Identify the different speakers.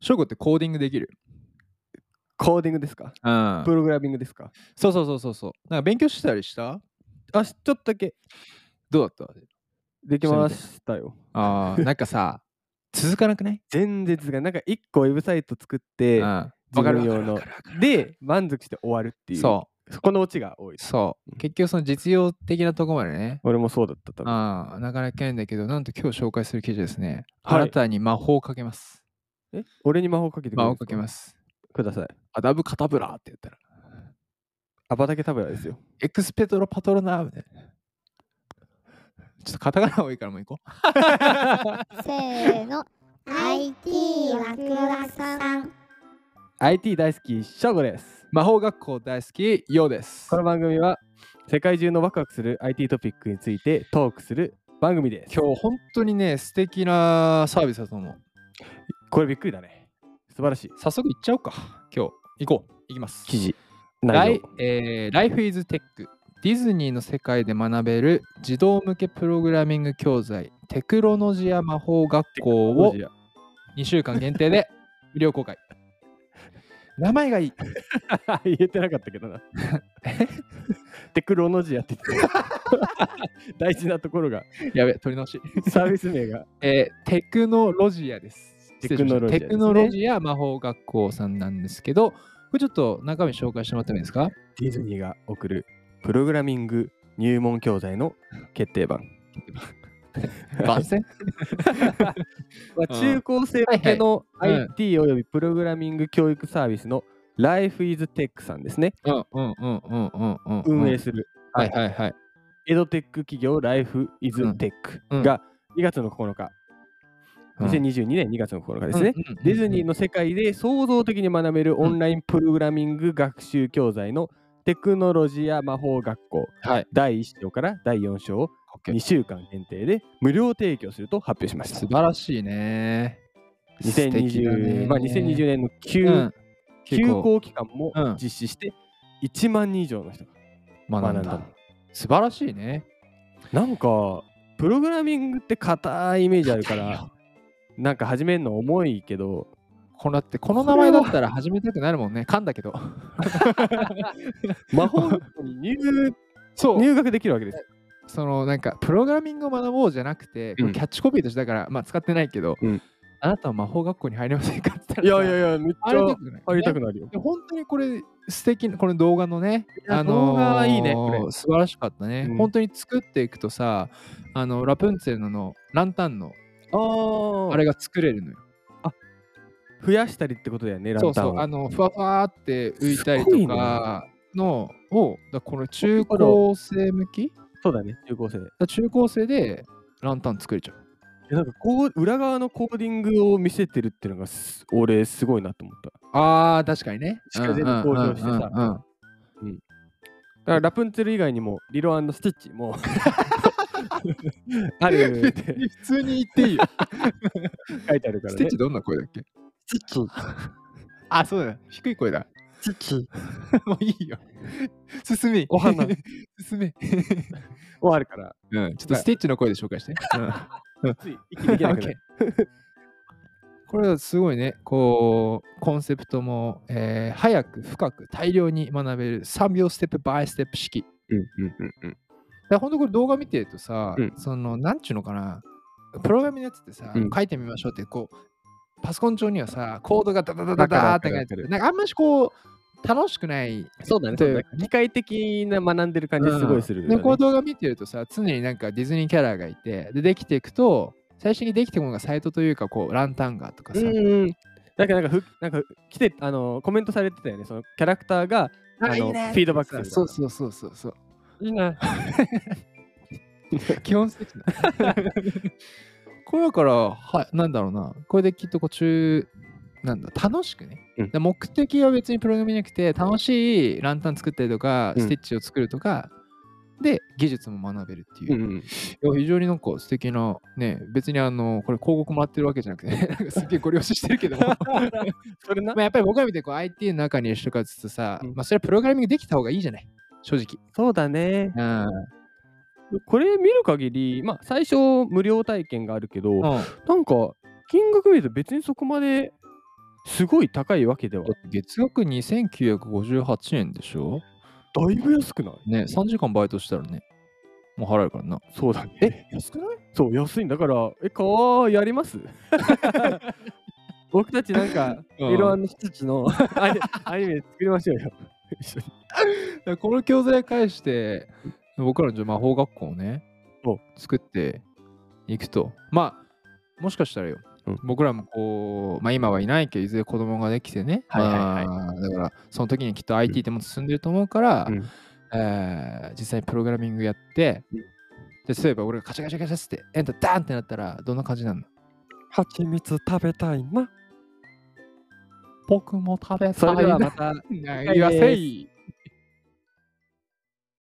Speaker 1: 翔吾ってコーディングできる。
Speaker 2: コーディングですか
Speaker 1: うん
Speaker 2: プログラミングですか
Speaker 1: そうそうそうそうそう。なんか勉強したりした
Speaker 2: あ、しちょっとだけ
Speaker 1: どうだった
Speaker 2: できましたよ。
Speaker 1: ああ、 なんかさ、続かなくない
Speaker 2: 前日がなんか1個ウェブサイト作っ
Speaker 1: う
Speaker 2: て
Speaker 1: ん。、わ
Speaker 2: 自
Speaker 1: かる
Speaker 2: 分
Speaker 1: わか
Speaker 2: 用
Speaker 1: る
Speaker 2: の
Speaker 1: わかるわかる。
Speaker 2: で、満足して終わるっていう、
Speaker 1: そ、。
Speaker 2: そこのオチが多いう
Speaker 1: そう。結局その実用的なとこまでね。
Speaker 2: 俺もそうだった、多分。
Speaker 1: ああ、なかなかいないんだけど、なんと今日紹介する記事ですね。
Speaker 2: は
Speaker 1: あ
Speaker 2: い
Speaker 1: なたに魔法をかけます。
Speaker 2: え俺に魔法かけてく
Speaker 1: 魔
Speaker 2: れる
Speaker 1: 法をかけますす。
Speaker 2: か。ください。
Speaker 1: アダブカタブラーって言ったら。
Speaker 2: アバタケタブラですよ。
Speaker 1: エクスペトロパトロナーみたいな。ちょっとカタカナ多いからもう行こ
Speaker 3: せーの IT ワクワクさん
Speaker 2: IT 大好き、シャゴです。
Speaker 1: う。魔法学校大好き、ようです
Speaker 2: こ。の番組は、世界中のワクワクする IT トピックについてトークする番組です。
Speaker 1: 今日本当にね、素敵なサービスだと思う。
Speaker 2: これびっくりだね。素晴らしい。
Speaker 1: 早速行っちゃおうか。今日、行こう。行きます。
Speaker 2: 記事。
Speaker 1: ライ
Speaker 2: 内容。
Speaker 1: えー、Life is Tech ディズニーの世界で学べる児童向けプログラミング教材テクロノジア魔法学校を
Speaker 2: 王子や
Speaker 1: 2週間限定 で無料公開名前がいい
Speaker 2: 言えてなかったけどな。 テクロノジアって言ってた 大事なところが、
Speaker 1: やべ取り直し、
Speaker 2: サービス名が。
Speaker 1: えーテクノロジアです
Speaker 2: テクノロジアです
Speaker 1: 失礼しました
Speaker 2: ね
Speaker 1: テクノロジア魔法学校さんなんですけどこれちょっと中身紹介してもらってもいい ですか
Speaker 2: ディズニーが送るプログラミング入門教材の決定版。
Speaker 1: 番宣
Speaker 2: まあ中高生向けの IT およびプログラミング教育サービスの Life is Tech さんですね。
Speaker 1: うんうんうんうんうんうんうん
Speaker 2: 運営する
Speaker 1: はいはいはい
Speaker 2: エドテック企業 Life is
Speaker 1: うん
Speaker 2: Tech
Speaker 1: うん
Speaker 2: が2月の9日、
Speaker 1: うん
Speaker 2: 2022年2月の9日ですね。
Speaker 1: うんうんうんうん
Speaker 2: ディズニーの世界で創造的に学べるオンラインプログラミング学習教材のテクノロジア魔法学校
Speaker 1: はい
Speaker 2: 第1章から第4章を
Speaker 1: OK
Speaker 2: 2週間限定で無料提供すると発表しまし
Speaker 1: 素
Speaker 2: た。
Speaker 1: 晴らしいね。
Speaker 2: 2020, まあ、2020
Speaker 1: 年
Speaker 2: 年の休,、
Speaker 1: うん
Speaker 2: 休校期間も
Speaker 1: うん
Speaker 2: 実施して1万人以上の人が。
Speaker 1: 学
Speaker 2: 学
Speaker 1: ん
Speaker 2: んだ
Speaker 1: だ。素晴らしいね。
Speaker 2: なんかプログラミングって硬いイメージあるからなんか始めるの重いけ ど
Speaker 1: こうなってこの名前だったら始めたくなるもんね。噛んだ けど。
Speaker 2: 魔法学校に入
Speaker 1: そ。
Speaker 2: 入学できるわけです。
Speaker 1: そのなんかプログラミングを学ぼうじゃなくて、これ
Speaker 2: うん
Speaker 1: キャッチコピーとしてだからまあ使ってないけど、
Speaker 2: うん
Speaker 1: あなたは魔法学校に入れませんかって言
Speaker 2: い
Speaker 1: ったら
Speaker 2: やい
Speaker 1: さ
Speaker 2: やいやめっち
Speaker 1: あれ
Speaker 2: ゃ
Speaker 1: たくない。
Speaker 2: 入りたくなるよ。
Speaker 1: で本当にこれ素敵なこの動画のね、
Speaker 2: いや動画いいねこれ
Speaker 1: 素晴らしかったね、
Speaker 2: うん
Speaker 1: 本当に作っていくとさ、あのラプンツェルののランタンの
Speaker 2: あ
Speaker 1: あれが作れるのよ。
Speaker 2: 増やしたりってことだよね、ラ
Speaker 1: そ
Speaker 2: ン
Speaker 1: う
Speaker 2: タ
Speaker 1: そ
Speaker 2: ン
Speaker 1: う、あ
Speaker 2: を。
Speaker 1: の、ふわふわーって浮いたりとかのを、だこの中
Speaker 2: だから
Speaker 1: 高生向き
Speaker 2: そうだね、中高生。
Speaker 1: だ中高生でランタン作れちゃう。
Speaker 2: えなんかこう裏側のコーディングを見せてるってのがす俺すごいなと思った。
Speaker 1: ああ、確かにね。
Speaker 2: しかも全部
Speaker 1: うんうんうん
Speaker 2: 向上してさ
Speaker 1: うんうん
Speaker 2: だからラプンツェル以外にもリロスティッチも あるって
Speaker 1: 普通に言っていいよ。
Speaker 2: 書いてあるから
Speaker 1: ス
Speaker 2: ね。
Speaker 1: テッチどんな声だっけ
Speaker 2: スティッ
Speaker 1: あ、そうだ。低い声だ。
Speaker 2: チ。スティッチ。
Speaker 1: もういいよ。進め。
Speaker 2: お花
Speaker 1: 進め。
Speaker 2: もあるから、
Speaker 1: うん、ちょっとステッチの声で紹介 して。うん
Speaker 2: つい息できな くなる。
Speaker 1: これはすごいね、こう、コンセプトも、えー早く、深く、大量に学べる3秒ステップバイステップ式。
Speaker 2: うんうんうんうん
Speaker 1: だ本当これ動画見てるとさ、
Speaker 2: うん
Speaker 1: その、なんちゅうのかな、プログラミングのやつってさ、
Speaker 2: うん
Speaker 1: 書いてみましょうって、こう、パソコン上にはさ、コードがダダダダダーって書いてある。
Speaker 2: わ
Speaker 1: なんかあんましこう、楽しくない
Speaker 2: そうだね。
Speaker 1: と
Speaker 2: そ
Speaker 1: いうう
Speaker 2: だね機械的な学んでる感じすごいするよ
Speaker 1: う
Speaker 2: ね、
Speaker 1: んでこの動画見てるとさ常になんかディズニーキャラがいてでできていくと最初にできていくのがサイトというかこうランタンガーとかさ、
Speaker 2: うんうん。だからなんかふなんか来てあのコメントされてたよね。そのキャラクターがあのフィードバックするとか
Speaker 1: そうそうそうそうそう
Speaker 2: いいな。
Speaker 1: 基本素敵な これだからはなんだろうなこれできっとこう中なんだ楽しくね、
Speaker 2: うん
Speaker 1: で目的は別にプログラミングじゃなくて楽しいランタン作ったりとか、
Speaker 2: うん
Speaker 1: ステッチを作るとかで技術も学べるっていうう、
Speaker 2: ん
Speaker 1: いや非常になんか素敵なね別にあのこれ広告もらってるわけじゃなくて、 ね、なんかすっげえご了承してるけど も
Speaker 2: それな
Speaker 1: まあやっぱり僕ら見てこう IT の中にいる人からつつさ、
Speaker 2: うん
Speaker 1: まあそれはプログラミングできた方がいいじゃない正直
Speaker 2: そうだね。
Speaker 1: うん
Speaker 2: これ見る限り、まあ最初無料体験があるけど、
Speaker 1: うん
Speaker 2: なんか金額見ると別にそこまですごい高いわけでは
Speaker 1: だって月額2958円でしょ
Speaker 2: だいぶ安くない
Speaker 1: ね、3時間バイトしたらね、もう払えるからな。
Speaker 2: そうだね。
Speaker 1: 安くない
Speaker 2: そう、安いんだから、え、かわやります 僕たちなんか、
Speaker 1: うん
Speaker 2: エロアンの人たちの アニアニメ作りましょうよ。一緒に
Speaker 1: この教材返して、僕らのじゃあ魔法学校をね
Speaker 2: お、
Speaker 1: 作っていくと。まあ、もしかしたらよ、
Speaker 2: うん
Speaker 1: 僕らもこう、まあ今はいないけど、いずれ子供ができてね、
Speaker 2: はいはいはい
Speaker 1: まあだから、その時にきっと IT ってもっと進んでると思うから、
Speaker 2: うん
Speaker 1: えー実際にプログラミングやって、で例えば俺がカチャカチャカチャって、エンターダーンってなったら、どんな感じなの
Speaker 2: 蜂蜜食べたいな。
Speaker 1: 僕も食べ
Speaker 2: それではま
Speaker 1: な。
Speaker 2: た。
Speaker 1: 言わせい。